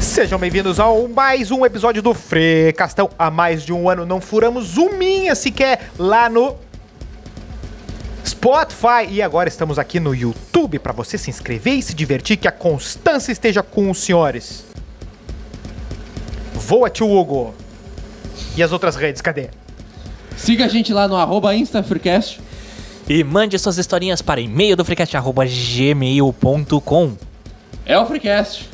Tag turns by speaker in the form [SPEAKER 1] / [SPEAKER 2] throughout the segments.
[SPEAKER 1] Sejam bem-vindos ao mais um episódio do Fre Castão. Há mais de um ano não furamos um minha sequer lá no Spotify e agora estamos aqui no YouTube para você se inscrever e se divertir que a constância esteja com os senhores. Voa tio Hugo. E as outras redes, cadê?
[SPEAKER 2] Siga a gente lá no arroba InstaFreecast.
[SPEAKER 3] E mande suas historinhas para e-mail do freecast.gmail.com.
[SPEAKER 2] É o Freecast.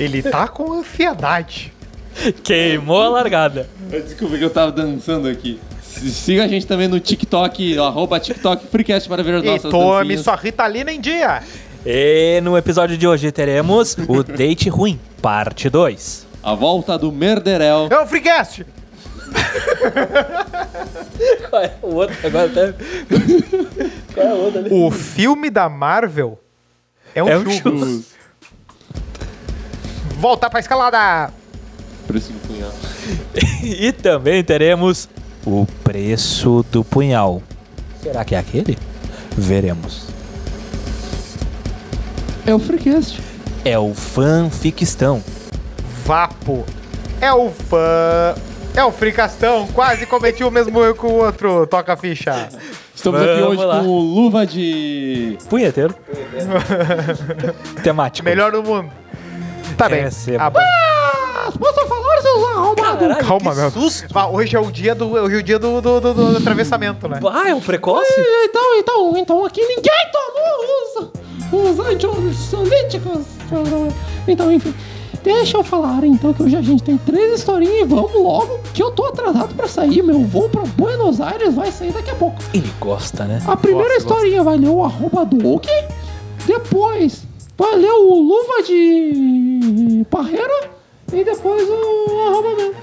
[SPEAKER 1] Ele tá com ansiedade.
[SPEAKER 3] Queimou a largada.
[SPEAKER 2] Eu descobri É, que eu tava dançando aqui. S- Siga a gente também no TikTok, o arroba TikTok Freecast para ver as
[SPEAKER 1] E
[SPEAKER 2] nossas
[SPEAKER 1] tome
[SPEAKER 2] dancinhas.
[SPEAKER 1] sua Ritalina em dia.
[SPEAKER 3] E no episódio de hoje teremos o Date Ruim, parte 2.
[SPEAKER 2] A volta do Merderel.
[SPEAKER 1] É o Freecast.
[SPEAKER 3] O outro agora tá...
[SPEAKER 1] O filme da Marvel é um,
[SPEAKER 3] É um
[SPEAKER 1] churro.
[SPEAKER 3] churro.
[SPEAKER 1] Volta pra escalada.
[SPEAKER 2] Preço do punhal.
[SPEAKER 3] E também teremos o preço do punhal. Será que é aquele? Veremos.
[SPEAKER 2] É o Freecast.
[SPEAKER 3] É o fanfictão.
[SPEAKER 1] Vapo. É o fã. É o Fricastão. Quase cometi o mesmo erro que o outro. Toca a ficha.
[SPEAKER 2] Estamos aqui
[SPEAKER 3] Vamos
[SPEAKER 2] hoje
[SPEAKER 3] lá.
[SPEAKER 2] com o Luva de...
[SPEAKER 3] Punheteiro. Temático.
[SPEAKER 1] Melhor do mundo. Tá bem.
[SPEAKER 3] Essa é
[SPEAKER 1] Ah,
[SPEAKER 3] boa.
[SPEAKER 1] bom.
[SPEAKER 3] Caralho,
[SPEAKER 1] Calma,
[SPEAKER 3] que
[SPEAKER 1] meu.
[SPEAKER 3] susto.
[SPEAKER 1] Bah, hoje é o dia do, hoje é o dia do, do, do, do atravessamento, né?
[SPEAKER 3] Ah, é um precoce?
[SPEAKER 2] Então, então, então aqui ninguém tomou os, os antiolíticos. Então, enfim. Deixa eu falar então que hoje a gente tem três historinhas e vamos logo que eu tô atrasado pra sair. Meu voo pra Buenos Aires vai sair daqui a pouco.
[SPEAKER 3] Ele gosta, né?
[SPEAKER 2] A primeira
[SPEAKER 1] Gosto,
[SPEAKER 2] historinha vai ler o arroba do Hulk. Depois vai ler o Luva de Parreira. E depois o arroba meu.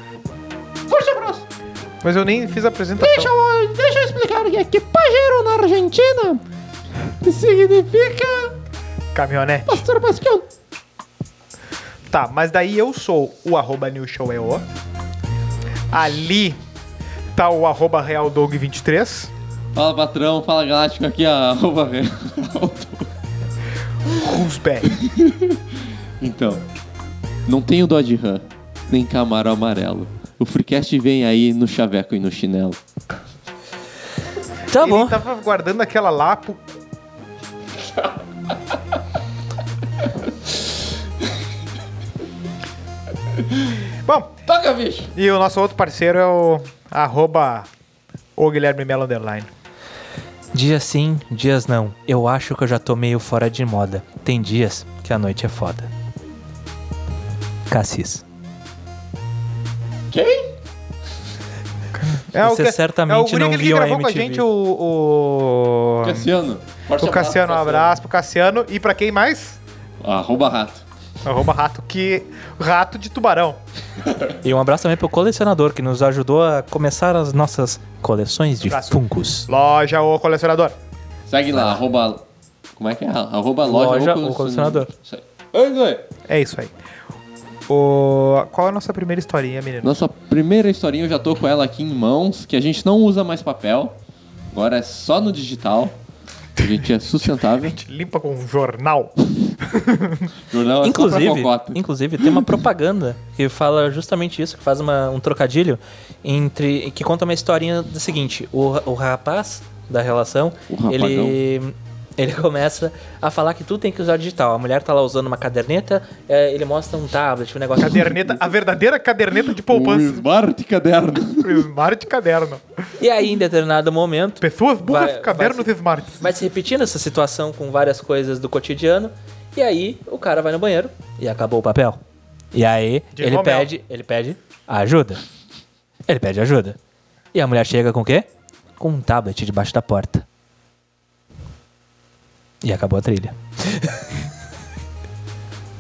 [SPEAKER 2] Forte abraço.
[SPEAKER 1] Mas eu nem fiz a
[SPEAKER 2] Deixa
[SPEAKER 1] apresentação.
[SPEAKER 2] eu, deixa eu explicar o que é que pajero na Argentina significa
[SPEAKER 1] Caminhonete.
[SPEAKER 2] pastor pasquiano.
[SPEAKER 1] Tá, mas daí eu sou o arroba newshow.eo. Ali tá o arroba realdog23.
[SPEAKER 2] Fala patrão, fala galáctico aqui, a roupa velho.
[SPEAKER 1] Rusbeck.
[SPEAKER 2] Então, não tenho dó de rã, nem camarão amarelo. O Freecast vem aí no chaveco e no chinelo.
[SPEAKER 3] Tá
[SPEAKER 1] Ele
[SPEAKER 3] bom.
[SPEAKER 1] tava guardando aquela lá pro... Bom,
[SPEAKER 2] Toca, bicho!
[SPEAKER 1] e o nosso outro parceiro é o arroba o Guilherme Melo Underline.
[SPEAKER 3] Dias sim, dias não. Eu acho que eu já tô meio fora de moda. Tem dias que a noite é foda. Cassis.
[SPEAKER 2] Quem?
[SPEAKER 1] É
[SPEAKER 3] Você certamente
[SPEAKER 1] é o guri
[SPEAKER 3] não
[SPEAKER 1] que ele
[SPEAKER 3] viu a
[SPEAKER 1] gravou com a
[SPEAKER 3] MTV.
[SPEAKER 1] gente o... O,
[SPEAKER 2] Cassiano. Forte
[SPEAKER 1] o Cassiano, um abraço pro Cassiano. E pra quem mais?
[SPEAKER 2] Arroba rato.
[SPEAKER 1] Arroba rato que... Rato de tubarão.
[SPEAKER 3] E um abraço também pro colecionador que nos ajudou a começar as nossas coleções de
[SPEAKER 1] Abraço.
[SPEAKER 3] Funkos.
[SPEAKER 1] Loja ou colecionador.
[SPEAKER 2] Segue lá, arroba... Como é que é? Arroba
[SPEAKER 3] Loja
[SPEAKER 2] ou
[SPEAKER 3] ou colecionador.
[SPEAKER 2] Isso aí. Oi, Zé.
[SPEAKER 1] É isso aí. O... Qual é a nossa primeira historinha, menino?
[SPEAKER 2] Nossa primeira historinha, eu já tô com ela aqui em mãos, que a gente não usa mais papel, agora é só no digital. A gente é sustentável.
[SPEAKER 1] limpa com um jornal.
[SPEAKER 2] Jornal é só pra
[SPEAKER 3] Inclusive,
[SPEAKER 2] cocota.
[SPEAKER 3] inclusive, tem uma propaganda que fala justamente isso, que faz uma- um trocadilho entre. que conta uma historinha do seguinte: o, ra- o rapaz da relação,
[SPEAKER 2] O rapagão.
[SPEAKER 3] ele. Ele começa a falar que tu tem que usar digital. A mulher tá lá usando uma caderneta, eh, ele mostra um tablet, um negócio.
[SPEAKER 1] Caderneta, a verdadeira caderneta de
[SPEAKER 2] Um
[SPEAKER 1] poupança.
[SPEAKER 2] smart caderno.
[SPEAKER 1] Smart caderno.
[SPEAKER 3] E aí, em determinado momento,
[SPEAKER 1] Pessoas burras,
[SPEAKER 3] Vai-
[SPEAKER 1] cadernos
[SPEAKER 3] vai
[SPEAKER 1] smarts.
[SPEAKER 3] vai se repetindo essa situação com várias coisas do cotidiano. E aí, o cara vai no banheiro e acabou o papel. E aí,
[SPEAKER 1] De
[SPEAKER 3] ele
[SPEAKER 1] Romel.
[SPEAKER 3] pede, ele pede ajuda. Ele pede ajuda. E a mulher chega com o quê? Com um tablet debaixo da porta. E acabou a trilha.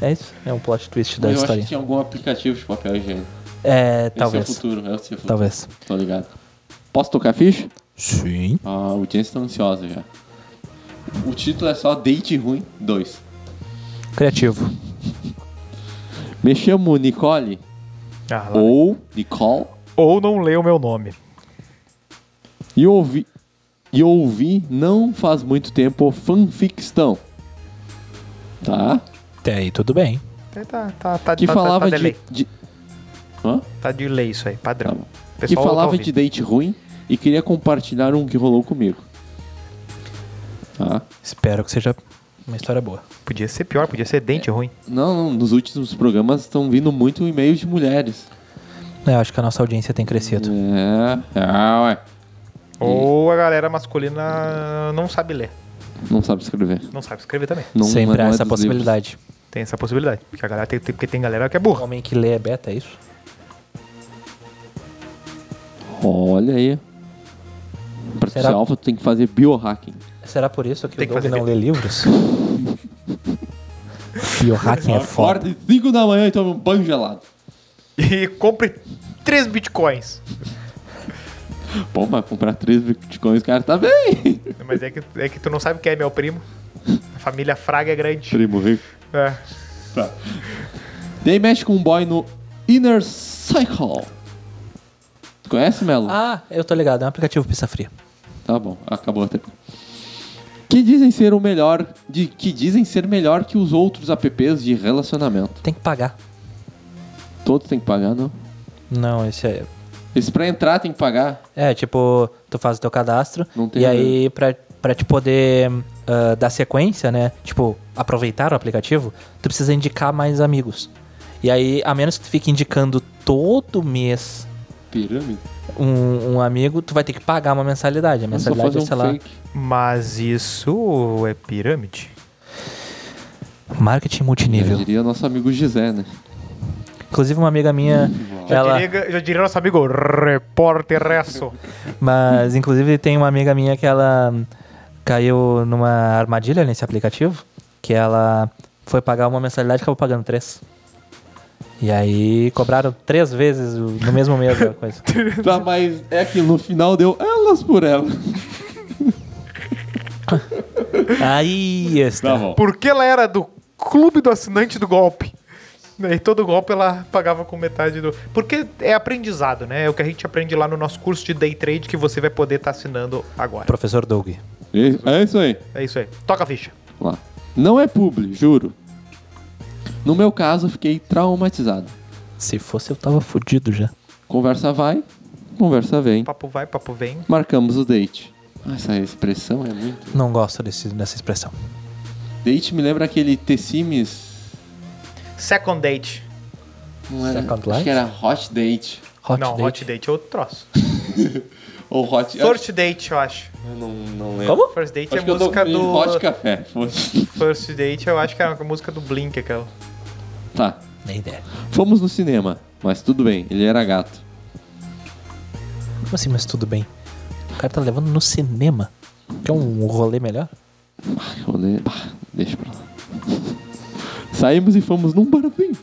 [SPEAKER 3] é isso. É um plot twist da
[SPEAKER 2] Eu acho que
[SPEAKER 3] história.
[SPEAKER 2] tinha algum aplicativo de papel higiênico. Esse
[SPEAKER 3] É,
[SPEAKER 2] é o
[SPEAKER 3] talvez.
[SPEAKER 2] futuro, é o seu futuro.
[SPEAKER 3] Talvez.
[SPEAKER 2] Tô ligado. Posso tocar ficha?
[SPEAKER 3] Sim.
[SPEAKER 2] A audiência tá ansiosa já. O título é só Date Ruim 2.
[SPEAKER 3] Criativo.
[SPEAKER 2] Me chamo Nicole,
[SPEAKER 1] Ah, lá.
[SPEAKER 2] ou Nicole,
[SPEAKER 1] Ou não leia o meu nome.
[SPEAKER 2] e ouvi, e ouvi não faz muito tempo fanfictão. Tá?
[SPEAKER 3] Até aí, tudo bem.
[SPEAKER 1] Ele tá, tá, tá,
[SPEAKER 2] Que
[SPEAKER 1] tá,
[SPEAKER 2] falava
[SPEAKER 1] tá, tá
[SPEAKER 2] de,
[SPEAKER 1] delay.
[SPEAKER 2] de- Hã?
[SPEAKER 1] Tá de delay isso aí, padrão.
[SPEAKER 2] Tá bom.
[SPEAKER 1] O
[SPEAKER 2] Que
[SPEAKER 1] pessoal tá
[SPEAKER 2] falava
[SPEAKER 1] ouvindo.
[SPEAKER 2] de date ruim e queria compartilhar um que rolou comigo. Tá?
[SPEAKER 3] Espero que seja uma história boa.
[SPEAKER 1] Podia ser pior, podia ser
[SPEAKER 2] É.
[SPEAKER 1] dente ruim.
[SPEAKER 2] Não, não, nos últimos programas estão vindo muito e-mails de mulheres.
[SPEAKER 3] Eu acho que a nossa audiência tem crescido.
[SPEAKER 2] É, ah, ué.
[SPEAKER 1] Ou a galera masculina não sabe ler.
[SPEAKER 2] Não sabe escrever.
[SPEAKER 1] Não sabe escrever também.
[SPEAKER 2] Não,
[SPEAKER 3] Sempre
[SPEAKER 2] não
[SPEAKER 3] há
[SPEAKER 2] é
[SPEAKER 3] essa
[SPEAKER 2] dos
[SPEAKER 3] possibilidade.
[SPEAKER 1] Tem essa possibilidade. Porque, a galera tem, tem- porque tem galera que é
[SPEAKER 3] O
[SPEAKER 1] burra.
[SPEAKER 3] homem que lê é beta, é isso?
[SPEAKER 2] livros. Olha aí. Pra
[SPEAKER 3] Será-
[SPEAKER 2] ser alfa, tu tem que fazer biohacking.
[SPEAKER 3] Será por isso que
[SPEAKER 1] Tem
[SPEAKER 3] o
[SPEAKER 1] que
[SPEAKER 3] Doug
[SPEAKER 1] fazer
[SPEAKER 3] não lê livros? Biohacking é foda.
[SPEAKER 2] Acorda às 5 da manhã e toma um banho gelado.
[SPEAKER 1] E compre três bitcoins.
[SPEAKER 2] Pô, vai comprar 3 bitcoins, cara, tá bem.
[SPEAKER 1] Mas é que, é que tu não sabe quem é meu primo. A família Fraga é grande.
[SPEAKER 2] Primo rico.
[SPEAKER 1] É.
[SPEAKER 2] Tá. Daí mexe com um boy no Inner Cycle. Tu conhece, Melo?
[SPEAKER 3] Ah, eu tô ligado, é um aplicativo pizza fria.
[SPEAKER 2] Tá bom, acabou até. Que dizem ser o melhor, de, que dizem ser melhor que os outros apps de relacionamento.
[SPEAKER 3] Tem que pagar.
[SPEAKER 2] Todos tem que pagar, não?
[SPEAKER 3] Não, esse é.
[SPEAKER 2] Esse pra entrar tem que pagar.
[SPEAKER 3] É, tipo, tu faz o teu cadastro
[SPEAKER 2] Não tem
[SPEAKER 3] e aí pra, pra te poder ah, dar sequência, né? Tipo, aproveitar o aplicativo, tu precisa indicar mais amigos. E aí, a menos que tu fique indicando todo mês
[SPEAKER 2] Pirâmide.
[SPEAKER 3] um, um amigo, tu vai ter que pagar uma mensalidade. A
[SPEAKER 2] Mas só
[SPEAKER 3] mensalidade
[SPEAKER 2] fazer
[SPEAKER 3] é,
[SPEAKER 2] um
[SPEAKER 3] sei lá,
[SPEAKER 2] fake.
[SPEAKER 1] Mas isso é pirâmide?
[SPEAKER 3] marketing
[SPEAKER 2] Eu
[SPEAKER 3] multinível.
[SPEAKER 2] diria nosso amigo Gizé, né?
[SPEAKER 3] Inclusive uma amiga minha,
[SPEAKER 1] Já,
[SPEAKER 3] ela,
[SPEAKER 1] diria, já diria nosso amigo repórter Resso.
[SPEAKER 3] mas inclusive tem uma amiga minha que ela caiu numa armadilha nesse aplicativo, que ela foi pagar uma mensalidade e acabou pagando três. E aí cobraram três vezes o- no mesmo mês a coisa.
[SPEAKER 2] Tá, mas é que no final deu elas por elas.
[SPEAKER 3] Aí
[SPEAKER 1] Tá
[SPEAKER 3] está.
[SPEAKER 2] Tá bom.
[SPEAKER 1] Porque ela era do clube do assinante do golpe. E todo golpe ela pagava com metade do. Porque é aprendizado, né? É o que a gente aprende lá no nosso curso de day trade que você vai poder estar assinando agora.
[SPEAKER 3] Professor Doug.
[SPEAKER 2] É isso aí.
[SPEAKER 1] É isso aí. Toca a ficha.
[SPEAKER 2] Vamos lá. Não é publi, juro. No meu caso, fiquei traumatizado.
[SPEAKER 3] Se fosse eu tava fudido já.
[SPEAKER 2] Conversa vai, conversa vem.
[SPEAKER 1] Papo vai, papo vem.
[SPEAKER 2] Marcamos o date. Essa expressão é muito.
[SPEAKER 3] Não gosto desse, dessa expressão.
[SPEAKER 2] Date me lembra aquele Tessimes.
[SPEAKER 1] Second date.
[SPEAKER 2] Não era.
[SPEAKER 3] Second
[SPEAKER 2] Acho
[SPEAKER 3] Life?
[SPEAKER 2] que era Hot Date.
[SPEAKER 3] Hot
[SPEAKER 1] não,
[SPEAKER 3] date.
[SPEAKER 1] hot date é outro troço.
[SPEAKER 2] Ou Hot.
[SPEAKER 1] First date, eu acho.
[SPEAKER 2] Eu não, não lembro.
[SPEAKER 3] Como?
[SPEAKER 1] First date
[SPEAKER 2] Acho
[SPEAKER 1] é
[SPEAKER 2] que eu tô
[SPEAKER 1] música
[SPEAKER 2] com
[SPEAKER 1] do.
[SPEAKER 2] Hot Café. foda-se.
[SPEAKER 1] First date, eu acho que é uma música do Blink aquela.
[SPEAKER 2] tá.
[SPEAKER 3] Nem ideia.
[SPEAKER 2] Fomos no cinema, mas tudo bem, ele era gato.
[SPEAKER 3] Como assim, mas tudo bem? O cara tá levando no cinema. Quer um rolê melhor?
[SPEAKER 2] Ai, rolê. Bah, deixa pra lá. Saímos e fomos num barzinho.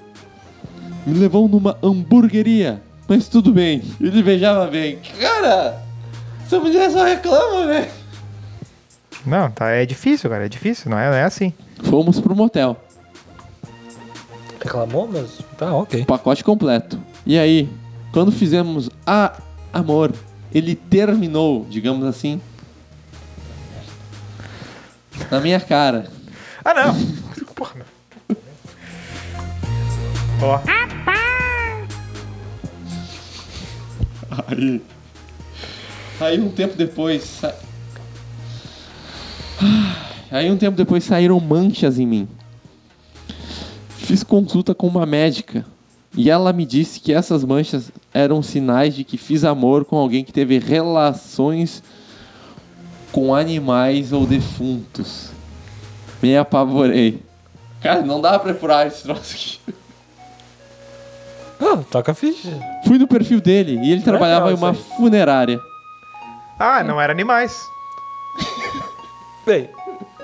[SPEAKER 2] Me levou numa hamburgueria. Mas tudo bem, ele beijava bem. Cara, essa mulher só reclama, velho.
[SPEAKER 1] Não, tá, é difícil, cara. É difícil, não é, não é assim.
[SPEAKER 2] Fomos pro motel.
[SPEAKER 3] Reclamou, mas tá ok.
[SPEAKER 2] Pacote completo. E aí, quando fizemos a amor, ele terminou, digamos assim, na minha cara.
[SPEAKER 1] Ah, não! Porra, meu. Ó,
[SPEAKER 2] Aí, aí um tempo depois, sa- aí um tempo depois saíram manchas em mim. Fiz consulta com uma médica e ela me disse que essas manchas eram sinais de que fiz amor com alguém que teve relações com animais ou defuntos. Me apavorei. Cara, não dá pra furar esse troço aqui.
[SPEAKER 3] Ah, toca a ficha.
[SPEAKER 2] Fui no perfil dele e ele trabalhava em
[SPEAKER 3] troço
[SPEAKER 2] uma
[SPEAKER 3] aí.
[SPEAKER 2] funerária.
[SPEAKER 1] Ah, não era animais.
[SPEAKER 3] Bem,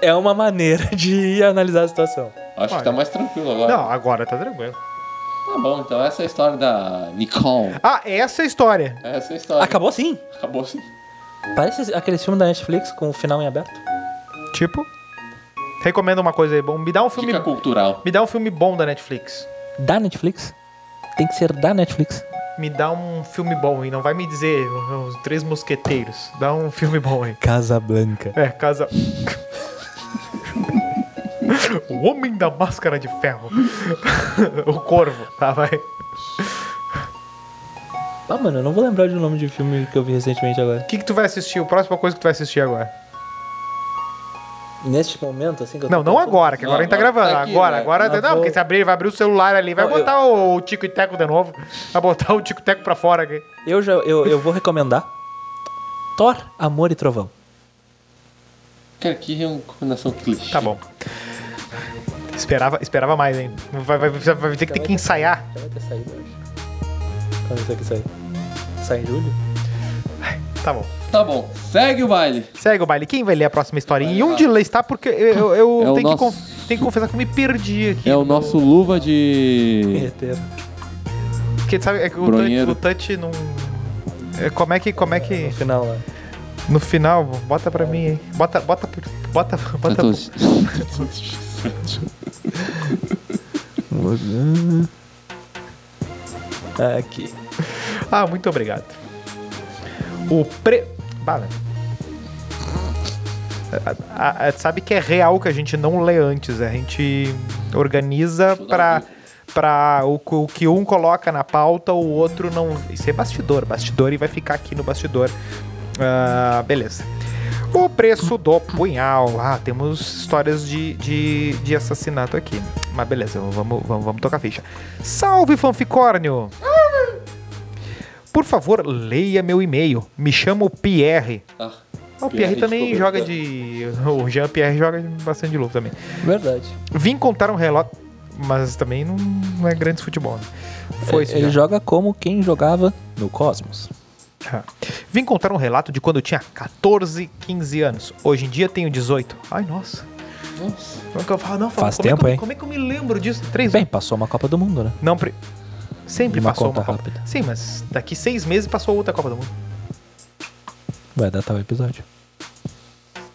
[SPEAKER 3] é uma maneira de analisar a situação.
[SPEAKER 2] Acho
[SPEAKER 1] Olha.
[SPEAKER 2] que tá mais tranquilo agora.
[SPEAKER 1] Não, agora tá tranquilo.
[SPEAKER 2] Tá bom, então essa é a história da Nicole.
[SPEAKER 1] Ah, essa é a história.
[SPEAKER 2] Essa é a história.
[SPEAKER 3] Acabou assim? sim.
[SPEAKER 2] Acabou sim.
[SPEAKER 3] Parece aquele filme da Netflix com o final em aberto.
[SPEAKER 1] Tipo, recomenda uma coisa aí bom. Me dá um filme,
[SPEAKER 2] Dica cultural.
[SPEAKER 1] me dá um filme bom da Netflix.
[SPEAKER 3] Da Netflix? Tem que ser da Netflix.
[SPEAKER 1] Me dá um filme bom e não vai me dizer os Três Mosqueteiros. Dá um filme bom aí.
[SPEAKER 3] Casa Blanca.
[SPEAKER 1] É, casa. O homem da máscara de ferro. o corvo. Tá, vai.
[SPEAKER 3] Ah, mano, eu não vou lembrar de um nome de filme que eu vi recentemente agora.
[SPEAKER 1] O que, que tu vai assistir? A próxima coisa que tu vai assistir agora?
[SPEAKER 3] Neste momento, assim que eu tô
[SPEAKER 1] Não, não
[SPEAKER 3] pensando-
[SPEAKER 1] agora, que agora a gente tá
[SPEAKER 4] agora tá
[SPEAKER 1] gravando.
[SPEAKER 4] aqui,
[SPEAKER 1] agora,
[SPEAKER 4] né?
[SPEAKER 1] agora.
[SPEAKER 3] Não,
[SPEAKER 1] Não, porque
[SPEAKER 3] vou-
[SPEAKER 1] se abrir, ele vai abrir o celular ali, vai
[SPEAKER 3] Não, eu-
[SPEAKER 1] botar o Tico e Teco de novo. Vai botar o Tico e Teco pra fora aqui.
[SPEAKER 3] Eu, já, eu, eu vou recomendar Thor, Amor e Trovão.
[SPEAKER 4] Cara, que recomendação clichê.
[SPEAKER 1] Tá bom. Esperava, esperava mais, hein? Vai, vai, vai, vai ter que, ter que ensaiar.
[SPEAKER 3] Já vai ter saído, eu acho. Quando isso aqui sai? Sai em julho?
[SPEAKER 1] Tá bom.
[SPEAKER 4] Tá bom, segue o baile.
[SPEAKER 1] Segue o baile. Quem vai ler a próxima historinha? E
[SPEAKER 4] Vai lá.
[SPEAKER 1] onde ela está? Porque eu, eu- eu
[SPEAKER 4] É o
[SPEAKER 1] tenho, que
[SPEAKER 4] nosso-
[SPEAKER 1] conf- tenho que confessar que eu me perdi aqui.
[SPEAKER 4] É o nosso luva de.
[SPEAKER 3] Derreteiro.
[SPEAKER 1] Porque sabe, é que o, touch,
[SPEAKER 4] Bronheiro.
[SPEAKER 1] o touch não. é, Como é que. Como é que.
[SPEAKER 3] No final lá.
[SPEAKER 1] No final, bota pra mim, hein? Bota. Bota. Bota. bota
[SPEAKER 3] Aqui.
[SPEAKER 1] Ah, muito obrigado. O pre. Bah, né? A- a- a- sabe que é real que a gente não lê antes, a gente organiza
[SPEAKER 4] eu dar
[SPEAKER 1] pra.
[SPEAKER 4] uma
[SPEAKER 1] Pra o, que- o que um coloca na pauta, o outro não. Isso é bastidor, bastidor e vai ficar aqui no bastidor. Ah, beleza. O preço do punhal. Ah, temos histórias de, de, de assassinato aqui. Mas beleza, vamos, vamos, vamos tocar a ficha. Salve, fanficórnio! Por favor, leia meu e-mail. Me chamo Pierre.
[SPEAKER 4] Ah,
[SPEAKER 1] Ah, O Pierre,
[SPEAKER 4] Pierre
[SPEAKER 1] também
[SPEAKER 4] descobriu,
[SPEAKER 1] joga
[SPEAKER 4] tá?
[SPEAKER 1] de. O Jean Pierre joga de- bastante de luva também.
[SPEAKER 3] Verdade.
[SPEAKER 1] Vim contar um relato, mas também não, não é grande futebol. Né? Foi isso.
[SPEAKER 3] É, Ele
[SPEAKER 1] já.
[SPEAKER 3] joga como quem jogava no Cosmos.
[SPEAKER 1] Ah. Vim contar um relato de quando eu tinha 14, 15 anos. Hoje em dia tenho 18. Ai, nossa.
[SPEAKER 4] nossa.
[SPEAKER 1] Como é que eu falo? Não, falo,
[SPEAKER 3] Faz
[SPEAKER 1] como é que
[SPEAKER 3] tempo,
[SPEAKER 1] eu-
[SPEAKER 3] hein?
[SPEAKER 1] Como é que eu me lembro disso? Três
[SPEAKER 3] Bem, passou uma Copa do Mundo, né?
[SPEAKER 1] Não, pre- sempre
[SPEAKER 3] Uma
[SPEAKER 1] passou
[SPEAKER 3] conta
[SPEAKER 1] uma Copa.
[SPEAKER 3] rápida.
[SPEAKER 1] Sim, mas daqui seis meses passou outra Copa do Mundo.
[SPEAKER 3] Vai datar o episódio.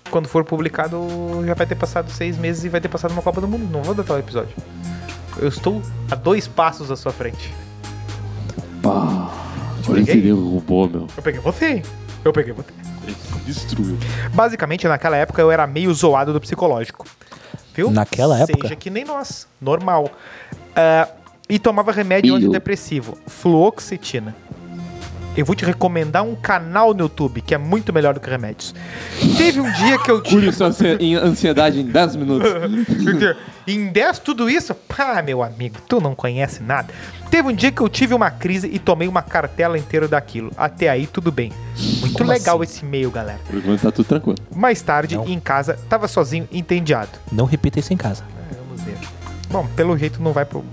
[SPEAKER 1] Quando for publicado, já vai ter passado seis meses e vai ter passado uma Copa do Mundo. Não vou datar o episódio. Eu estou a dois passos à sua frente.
[SPEAKER 4] Pá,
[SPEAKER 1] Te
[SPEAKER 4] olha
[SPEAKER 1] peguei?
[SPEAKER 4] esse nego roubou, meu.
[SPEAKER 1] Eu peguei você. hein? Eu peguei você.
[SPEAKER 4] Destruiu.
[SPEAKER 1] Basicamente, naquela época eu era meio zoado do psicológico. Viu?
[SPEAKER 3] Naquela
[SPEAKER 1] Seja
[SPEAKER 3] época?
[SPEAKER 1] que nem nós. Normal. Ah, e tomava remédio
[SPEAKER 4] Bio.
[SPEAKER 1] antidepressivo. Fluoxetina. Eu vou te recomendar um canal no YouTube que é muito melhor do que remédios. Teve um dia que eu tive.
[SPEAKER 4] Cure sua ansia- em- ansiedade em 10 minutos.
[SPEAKER 1] Porque em 10 tudo isso, pá, meu amigo, tu não conhece nada. Teve um dia que eu tive uma crise e tomei uma cartela inteira daquilo. Até aí tudo bem. Muito
[SPEAKER 3] Como
[SPEAKER 1] legal
[SPEAKER 3] assim?
[SPEAKER 1] esse e-mail, galera.
[SPEAKER 4] Por enquanto tá tudo tranquilo.
[SPEAKER 1] Mais tarde,
[SPEAKER 3] Não.
[SPEAKER 1] em casa, tava sozinho, entediado.
[SPEAKER 3] Não repita isso em casa.
[SPEAKER 1] É, Vamos ver. Bom, pelo jeito não vai pro.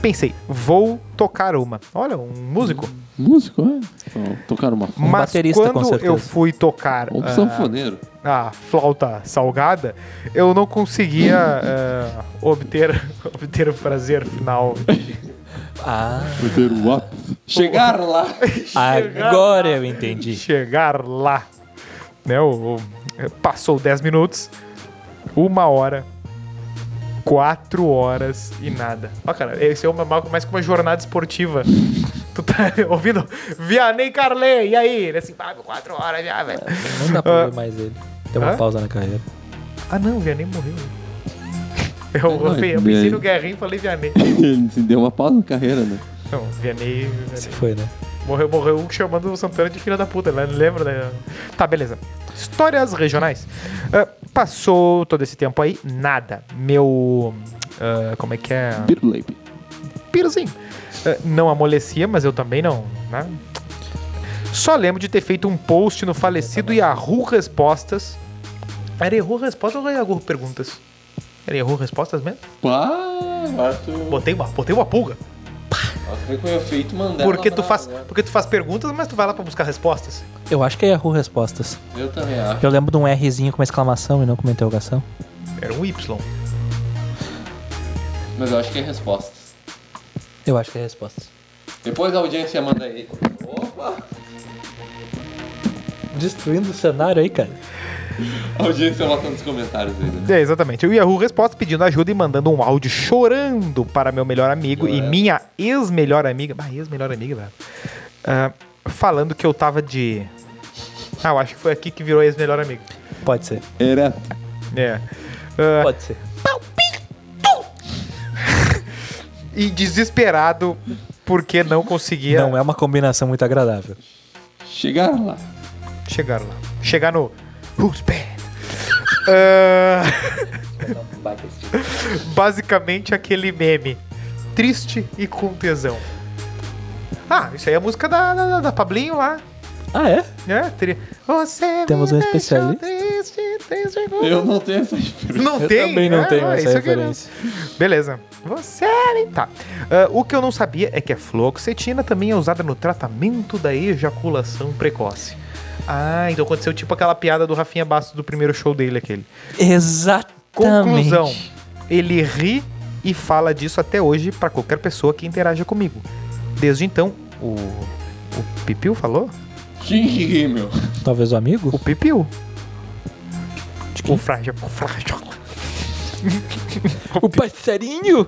[SPEAKER 1] Pensei, vou tocar uma. Olha, um músico.
[SPEAKER 4] Músico, é? Ó, Tocaram uma
[SPEAKER 3] Um
[SPEAKER 1] Mas
[SPEAKER 3] baterista, com
[SPEAKER 1] quando
[SPEAKER 3] certeza.
[SPEAKER 1] eu fui tocar
[SPEAKER 4] Ou pro
[SPEAKER 1] ah,
[SPEAKER 4] sanfoneiro.
[SPEAKER 1] a flauta salgada, eu não conseguia ah, obter, obter o prazer final.
[SPEAKER 3] Ah,
[SPEAKER 4] Pra ter o ápice. Chegar lá.
[SPEAKER 3] agora eu entendi.
[SPEAKER 1] chegar lá. Né, o, o- passou 10 minutos, uma hora, quatro horas e nada. Ó, cara, esse é uma, mais que uma jornada esportiva. Tu tá ouvindo? Vianney Carley, e aí? Ele assim, ah, quatro horas já, velho.
[SPEAKER 3] Não dá
[SPEAKER 1] Ah.
[SPEAKER 3] pra ver mais ele. Deu uma
[SPEAKER 1] Hã?
[SPEAKER 3] pausa na carreira.
[SPEAKER 1] Ah, não, o Vianney morreu. Eu, eu,
[SPEAKER 4] Ah, não,
[SPEAKER 1] eu
[SPEAKER 4] e
[SPEAKER 1] pensei
[SPEAKER 4] aí?
[SPEAKER 1] no Guerrinho e falei Vianney.
[SPEAKER 4] Ele se deu uma pausa na carreira, né?
[SPEAKER 1] Não, Vianney, Vianney
[SPEAKER 3] Se foi, né?
[SPEAKER 1] Morreu, morreu um chamando o Santana de filha da puta, né? Lembra, né? Tá, beleza. Histórias regionais. Ah, passou todo esse tempo aí, nada. Meu. ah, como é que é?
[SPEAKER 4] Pirulep.
[SPEAKER 1] Pirozinho. Ah, não amolecia, mas eu também não, né? Só lembro de ter feito um post no falecido Yahoo Respostas. Era Yahoo Respostas ou Yahoo Perguntas? Era Yahoo Respostas mesmo?
[SPEAKER 4] Pá,
[SPEAKER 2] Ah,
[SPEAKER 4] agora tu.
[SPEAKER 1] Botei uma, botei uma pulga.
[SPEAKER 4] Nossa, como é que eu feito mandar?
[SPEAKER 1] Porque tu, faz, porque tu faz perguntas, mas tu vai lá pra buscar respostas.
[SPEAKER 3] Eu acho que é Yahoo Respostas.
[SPEAKER 4] Eu também acho.
[SPEAKER 3] Eu lembro de um Rzinho com uma exclamação e não com uma interrogação.
[SPEAKER 1] Era um Y.
[SPEAKER 4] Mas eu acho que é resposta.
[SPEAKER 3] Eu acho que é Respostas.
[SPEAKER 4] Depois a audiência manda aí. Opa!
[SPEAKER 3] Destruindo o cenário aí, cara.
[SPEAKER 4] A audiência bota nos comentários aí, né?
[SPEAKER 1] É, exatamente. O Yahoo Resposta pedindo ajuda e mandando um áudio chorando para meu melhor amigo e
[SPEAKER 3] É.
[SPEAKER 4] Chorando.
[SPEAKER 1] minha ex-melhor amiga. Bah, ex-melhor amiga, velho. Ah, falando que eu tava de. Ah, eu acho que foi aqui que virou ex-melhor amigo.
[SPEAKER 3] Pode ser,
[SPEAKER 4] Era.
[SPEAKER 1] É. Ah,
[SPEAKER 3] pode ser.
[SPEAKER 1] e desesperado porque não conseguia
[SPEAKER 3] Não é uma combinação muito agradável.
[SPEAKER 2] Chegar lá.
[SPEAKER 3] é.
[SPEAKER 1] chegar lá. Chegar no Who's Bad? Ah, basicamente aquele meme. Triste e com tesão. Ah, isso aí é a música da, da, da Pablinho lá.
[SPEAKER 3] Ah, é?
[SPEAKER 1] Né? Tri- Você me
[SPEAKER 3] Temos um
[SPEAKER 1] deixou
[SPEAKER 3] especialista.
[SPEAKER 1] triste, triste e com
[SPEAKER 2] Eu não tenho essa experiência.
[SPEAKER 1] Não
[SPEAKER 3] Eu
[SPEAKER 1] tem?
[SPEAKER 3] também não
[SPEAKER 1] Ah,
[SPEAKER 3] tenho
[SPEAKER 1] ah,
[SPEAKER 3] essa
[SPEAKER 1] isso aqui não.
[SPEAKER 3] referência.
[SPEAKER 1] Beleza. Você ali. Tá. Ah, o que eu não sabia é que a fluoxetina também é usada no tratamento da ejaculação precoce. Ah, então aconteceu tipo aquela piada do Rafinha Bastos do primeiro show dele, aquele.
[SPEAKER 3] Exatamente.
[SPEAKER 1] Conclusão. Ele ri e fala disso até hoje pra qualquer pessoa que interaja comigo. Desde então, o. O Pipiu falou?
[SPEAKER 2] Quem que ri, meu?
[SPEAKER 3] Talvez o amigo?
[SPEAKER 1] O Pipiu. O frágil. O frágil.
[SPEAKER 3] O passarinho?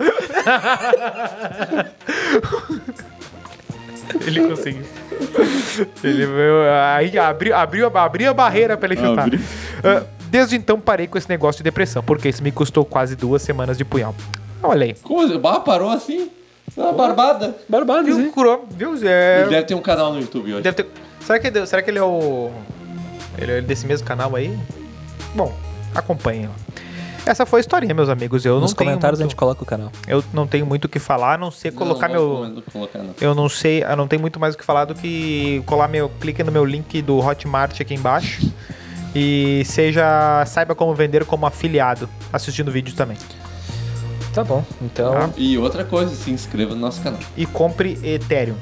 [SPEAKER 1] Ele conseguiu. ele veio- aí abriu, abriu, a- abriu a barreira pra ele chutar.
[SPEAKER 2] Abriu.
[SPEAKER 1] Ah, desde então parei com esse negócio de depressão, porque isso me custou quase duas semanas de punhal. Olha aí.
[SPEAKER 2] Como assim? Bah, parou assim? Uma barbada.
[SPEAKER 3] Barbado,
[SPEAKER 1] Viu,
[SPEAKER 3] hein?
[SPEAKER 1] curou. Viu, é...
[SPEAKER 2] Ele deve ter um canal no YouTube hoje.
[SPEAKER 1] deve ter- será, que ele, será que ele é o... Ele é desse mesmo canal aí? Bom, acompanhem lá. Essa foi a historinha, meus amigos. Eu
[SPEAKER 3] Nos
[SPEAKER 1] não tenho
[SPEAKER 3] comentários a
[SPEAKER 1] muito,
[SPEAKER 3] gente coloca o canal.
[SPEAKER 1] Eu não tenho muito o que falar, a não ser colocar
[SPEAKER 2] Não,
[SPEAKER 1] meu...
[SPEAKER 2] não recomendo colocar, não.
[SPEAKER 1] Eu não sei, eu não tenho muito mais o que falar do que colar meu clique no meu link do Hotmart aqui embaixo e seja saiba como vender como afiliado, assistindo vídeos também.
[SPEAKER 3] Tá bom. Então,
[SPEAKER 1] Tá.
[SPEAKER 2] E outra coisa, se inscreva no nosso canal.
[SPEAKER 1] E compre Ethereum.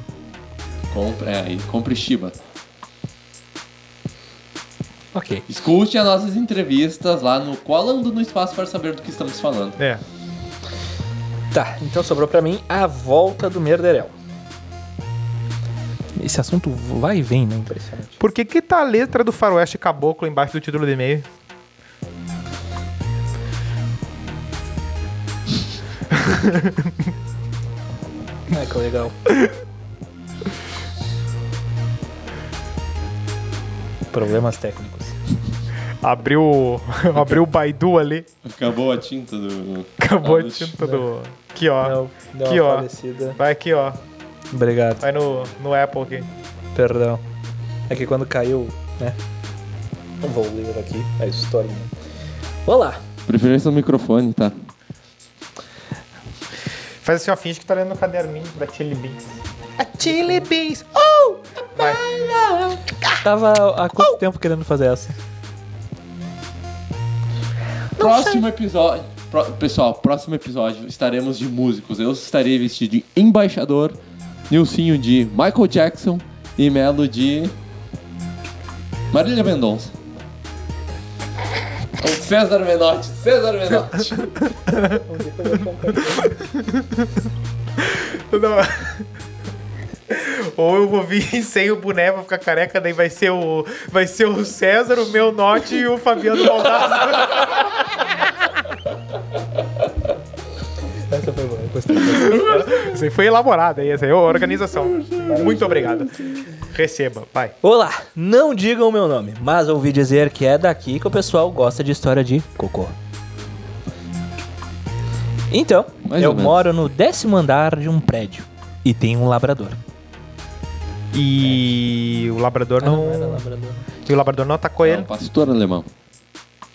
[SPEAKER 2] Compre, é, e compre Shiba.
[SPEAKER 3] ok.
[SPEAKER 2] Escute as nossas entrevistas lá no Colando no Espaço para saber do que estamos falando.
[SPEAKER 1] É.
[SPEAKER 3] Tá, então sobrou pra mim a volta do Merderel. Esse assunto vai e vem, né? Impressionante.
[SPEAKER 1] Por que que tá a letra do Faroeste Caboclo embaixo do título do e-mail?
[SPEAKER 3] Ah, que legal. Problemas técnicos.
[SPEAKER 1] Abriu, abriu o Baidu ali,
[SPEAKER 2] Acabou a tinta do.
[SPEAKER 1] acabou a
[SPEAKER 2] do-
[SPEAKER 1] tinta do aqui ó.
[SPEAKER 3] Não, deu
[SPEAKER 1] Aqui,
[SPEAKER 3] uma
[SPEAKER 1] ó.
[SPEAKER 3] falecida.
[SPEAKER 1] Vai aqui ó,
[SPEAKER 3] Obrigado,
[SPEAKER 1] vai no, no Apple aqui.
[SPEAKER 3] perdão. É que quando caiu, né? Não vou ler aqui a historinha. Vamos lá.
[SPEAKER 2] Preferência no microfone, tá?
[SPEAKER 1] Faz assim, ó, finge que tá lendo no caderninho da Chili Beans. A Chili Beans! Oh! Vai.
[SPEAKER 3] Tava há quanto tempo querendo fazer essa?
[SPEAKER 2] Próximo episódio. Pró- pessoal, próximo episódio estaremos de músicos. Eu estarei vestido de embaixador, Nilcinho de Michael Jackson e Melo de. Marília Mendonça. Ou César Menotti, César Menotti.
[SPEAKER 1] Não. Ou eu vou vir sem o boné, vou ficar careca, daí vai ser o, vai ser o César, o meu Note e o Fabiano Baldassi.
[SPEAKER 3] Essa foi boa, eu gostei.
[SPEAKER 1] Isso aí foi elaborado, aí, essa aí é a organização. Muito obrigado. Receba, vai.
[SPEAKER 3] Olá, não digam o meu nome, mas ouvi dizer que é daqui que o pessoal gosta de história de cocô. Então,
[SPEAKER 2] Mais
[SPEAKER 3] eu
[SPEAKER 2] ou menos.
[SPEAKER 3] moro no décimo andar de um prédio e tem um labrador.
[SPEAKER 1] E o
[SPEAKER 2] Ah,
[SPEAKER 1] labrador não.
[SPEAKER 3] labrador.
[SPEAKER 1] e o labrador não atacou ele.
[SPEAKER 2] É Pastor alemão.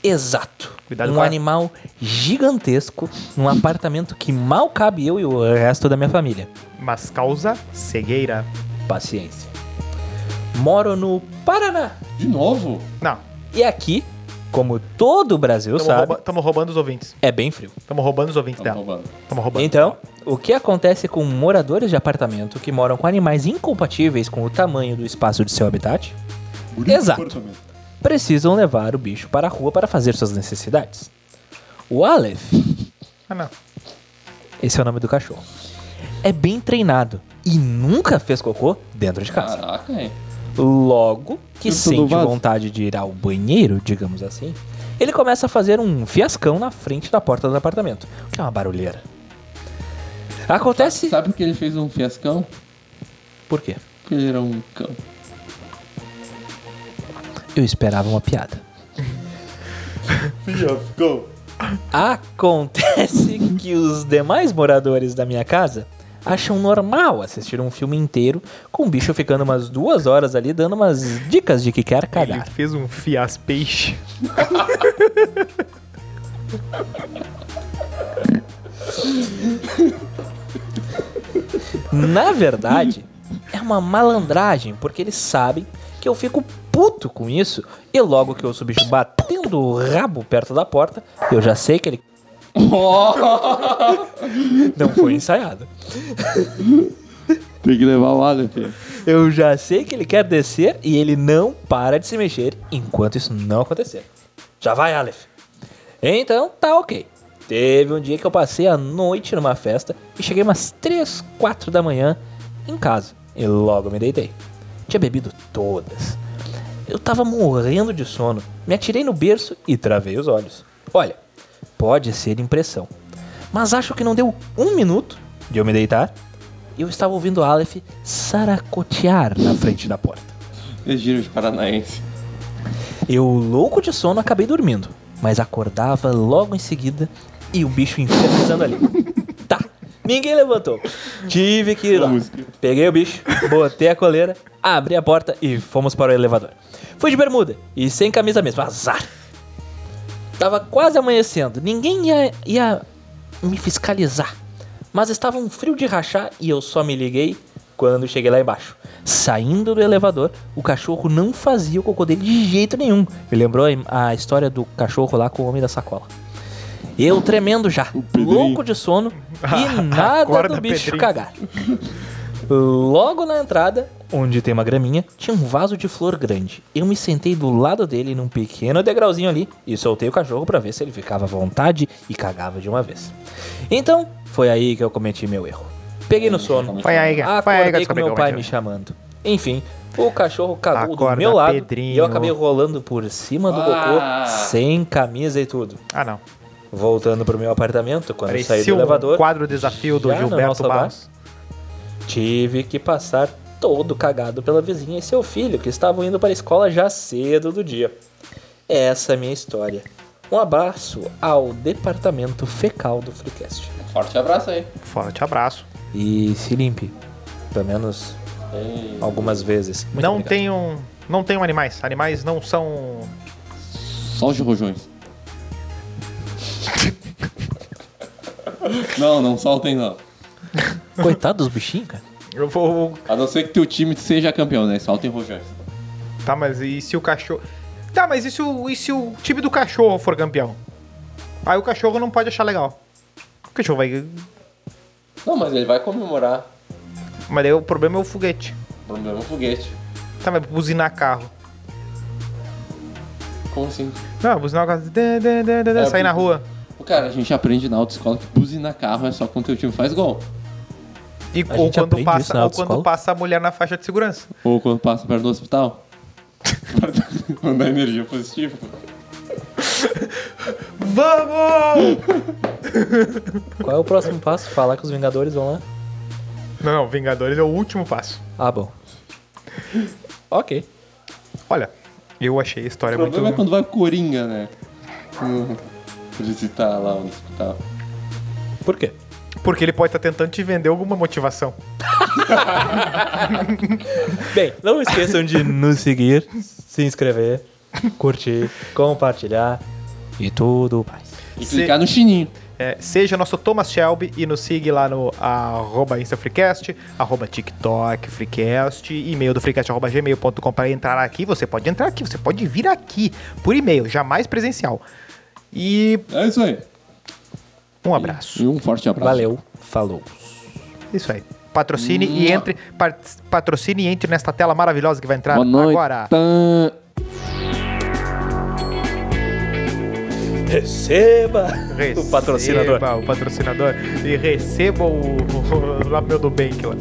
[SPEAKER 3] Exato.
[SPEAKER 1] Cuidado
[SPEAKER 3] um
[SPEAKER 1] com a-
[SPEAKER 3] animal gigantesco num apartamento que mal cabe eu e o resto da minha família.
[SPEAKER 1] Mas causa cegueira.
[SPEAKER 3] Paciência. Moro no Paraná.
[SPEAKER 2] De novo?
[SPEAKER 1] Não.
[SPEAKER 3] E aqui, como todo o Brasil
[SPEAKER 1] Estamos
[SPEAKER 3] sabe,
[SPEAKER 1] roubando os ouvintes.
[SPEAKER 3] é bem frio.
[SPEAKER 1] Estamos roubando os ouvintes
[SPEAKER 2] Tá
[SPEAKER 1] dela.
[SPEAKER 2] roubando.
[SPEAKER 1] Estamos roubando.
[SPEAKER 3] Então, o que acontece com moradores de apartamento que moram com animais incompatíveis com o tamanho do espaço de seu habitat?
[SPEAKER 2] Bonito
[SPEAKER 3] Exato.
[SPEAKER 2] apartamento.
[SPEAKER 3] Precisam levar o bicho para a rua para fazer suas necessidades. O Aleph,
[SPEAKER 1] Ah, não.
[SPEAKER 3] esse é o nome do cachorro, é bem treinado e nunca fez cocô dentro de casa.
[SPEAKER 2] Caraca, hein?
[SPEAKER 3] Logo que
[SPEAKER 2] Eu tô no
[SPEAKER 3] sente
[SPEAKER 2] vaso.
[SPEAKER 3] vontade de ir ao banheiro, digamos assim, ele começa a fazer um fiascão na frente da porta do apartamento, o que é uma barulheira. Acontece.
[SPEAKER 2] Sabe por que ele fez um fiascão?
[SPEAKER 3] Por quê?
[SPEAKER 2] Porque ele era um cão.
[SPEAKER 3] Eu esperava uma piada.
[SPEAKER 2] Fiascão.
[SPEAKER 3] Acontece que os demais moradores da minha casa acham normal assistir um filme inteiro com o bicho ficando umas duas horas ali dando umas dicas de que quer
[SPEAKER 1] Ele
[SPEAKER 3] cagar.
[SPEAKER 1] fez um fiaspeixe.
[SPEAKER 3] Na verdade, é uma malandragem, porque eles sabem que eu fico puto com isso e logo que eu ouço o bicho batendo o rabo perto da porta, eu já sei que ele não foi ensaiado.
[SPEAKER 4] Tem que levar o Aleph.
[SPEAKER 3] Eu já sei que ele quer descer e ele não para de se mexer enquanto isso não acontecer. Já vai, Aleph. Então tá ok. Teve um dia que eu passei a noite numa festa e cheguei umas 3, 4 da manhã em casa e logo me deitei. Tinha bebido todas. Eu tava morrendo de sono, me atirei no berço e travei os olhos. Olha, pode ser impressão, mas acho que não deu um minuto de eu me deitar e eu estava ouvindo Aleph saracotear na frente da porta.
[SPEAKER 4] É giro de paranaense.
[SPEAKER 3] Eu, louco de sono, acabei dormindo, mas acordava logo em seguida e o bicho infernizando ali. Tá, ninguém levantou. Tive que ir lá.
[SPEAKER 4] Música.
[SPEAKER 3] Peguei o bicho, botei a coleira, abri a porta e fomos para o elevador. Fui de bermuda e sem camisa mesmo, azar. Tava quase amanhecendo, ninguém ia, ia me fiscalizar. Mas estava um frio de rachar e eu só me liguei quando cheguei lá embaixo. Saindo do elevador, o cachorro não fazia o cocô dele de jeito nenhum. Me lembrou a im- a história do cachorro lá com o homem da sacola. Eu tremendo já,
[SPEAKER 4] Pedrinho.
[SPEAKER 3] louco de sono e nada
[SPEAKER 1] Acorda,
[SPEAKER 3] do bicho
[SPEAKER 1] Pedrinho.
[SPEAKER 3] cagar. Logo na entrada, onde tem uma graminha, tinha um vaso de flor grande. Eu me sentei do lado dele num pequeno degrauzinho ali e soltei o cachorro pra ver se ele ficava à vontade e cagava de uma vez. Então, foi aí que eu cometi meu erro. Peguei no sono,
[SPEAKER 1] Vai aí, cara. Vai aí,
[SPEAKER 3] acordei com
[SPEAKER 1] descobre
[SPEAKER 3] meu
[SPEAKER 1] como é
[SPEAKER 3] pai
[SPEAKER 1] que
[SPEAKER 3] me
[SPEAKER 1] eu-
[SPEAKER 3] chamando. Enfim, o cachorro cagou do
[SPEAKER 1] Acorda,
[SPEAKER 3] meu lado e eu
[SPEAKER 1] Pedrinho.
[SPEAKER 3] acabei rolando por cima do
[SPEAKER 4] Ah.
[SPEAKER 3] cocô, sem camisa e tudo.
[SPEAKER 1] Ah, não.
[SPEAKER 3] Voltando pro meu apartamento, quando eu saí do
[SPEAKER 1] Parecia um
[SPEAKER 3] elevador,
[SPEAKER 1] quadro desafio do
[SPEAKER 3] já na
[SPEAKER 1] Gilberto
[SPEAKER 3] nossa
[SPEAKER 1] Barros.
[SPEAKER 3] Tive que passar todo cagado pela vizinha e seu filho, que estavam indo para a escola já cedo do dia. Essa é a minha história. Um abraço ao departamento fecal do Freecast.
[SPEAKER 4] Forte abraço aí.
[SPEAKER 1] Forte abraço.
[SPEAKER 3] E se limpe, pelo menos algumas vezes. Muito
[SPEAKER 1] não
[SPEAKER 3] obrigado.
[SPEAKER 1] tenham. Não tenham animais. Animais não são.
[SPEAKER 4] Só os de rojões. não, não soltem não.
[SPEAKER 3] Coitado dos bichinhos, cara.
[SPEAKER 1] Eu vou.
[SPEAKER 4] A não ser que teu time seja campeão, né? Soltem rojões.
[SPEAKER 1] Tá, mas e se o cachorro. Tá, mas e se o, e se o time do cachorro for campeão? Aí o cachorro não pode achar legal. O cachorro vai.
[SPEAKER 4] Não, mas ele vai comemorar.
[SPEAKER 1] Mas daí o problema é o foguete.
[SPEAKER 4] O problema é o foguete.
[SPEAKER 1] Tá, mas buzinar carro.
[SPEAKER 4] Como assim?
[SPEAKER 1] Não, buzinar o carro. dã, dã, dã, dã, dã,
[SPEAKER 4] É,
[SPEAKER 1] sair na
[SPEAKER 4] bu-
[SPEAKER 1] rua.
[SPEAKER 4] Ô, Cara, a gente aprende na autoescola que buzinar carro é só quando teu time faz gol.
[SPEAKER 1] E,
[SPEAKER 3] A
[SPEAKER 1] ou
[SPEAKER 3] gente aprende
[SPEAKER 1] quando,
[SPEAKER 3] isso
[SPEAKER 1] passa,
[SPEAKER 3] na
[SPEAKER 1] ou
[SPEAKER 3] autoescola?
[SPEAKER 1] quando passa a mulher na faixa de segurança.
[SPEAKER 4] Ou quando passa perto do hospital. quando dá energia positiva.
[SPEAKER 1] Vamos!
[SPEAKER 3] Qual é o próximo passo? Falar que os Vingadores vão lá?
[SPEAKER 1] não, não, Vingadores é o último passo.
[SPEAKER 3] Ah, bom. Ok.
[SPEAKER 1] Olha, eu achei a história
[SPEAKER 4] o problema é
[SPEAKER 1] muito.
[SPEAKER 4] quando vai coringa, né? Hum, Visitar lá no hospital.
[SPEAKER 3] Por quê?
[SPEAKER 1] Porque ele pode estar tentando te vender alguma motivação.
[SPEAKER 3] Bem, não esqueçam de nos seguir, se inscrever, curtir, compartilhar e tudo mais.
[SPEAKER 4] E
[SPEAKER 1] Se-
[SPEAKER 4] clicar no chininho.
[SPEAKER 1] É, seja nosso Thomas Shelby e nos siga lá no arroba InstaFreecast, arroba TikTok, Freecast, e-mail do freecast arroba gmail.com para entrar aqui. Você pode entrar aqui, você pode vir aqui por e-mail, jamais presencial. E
[SPEAKER 4] É isso aí.
[SPEAKER 1] um abraço.
[SPEAKER 4] E um forte abraço.
[SPEAKER 3] Valeu, falou.
[SPEAKER 1] Isso aí. Patrocine e entre. par- patrocine e entre nesta tela maravilhosa que vai entrar
[SPEAKER 4] Boa noite.
[SPEAKER 1] agora.
[SPEAKER 3] Receba,
[SPEAKER 1] Receba
[SPEAKER 3] o patrocinador.
[SPEAKER 1] O patrocinador. E receba o, o, o lá meu do bem que lá.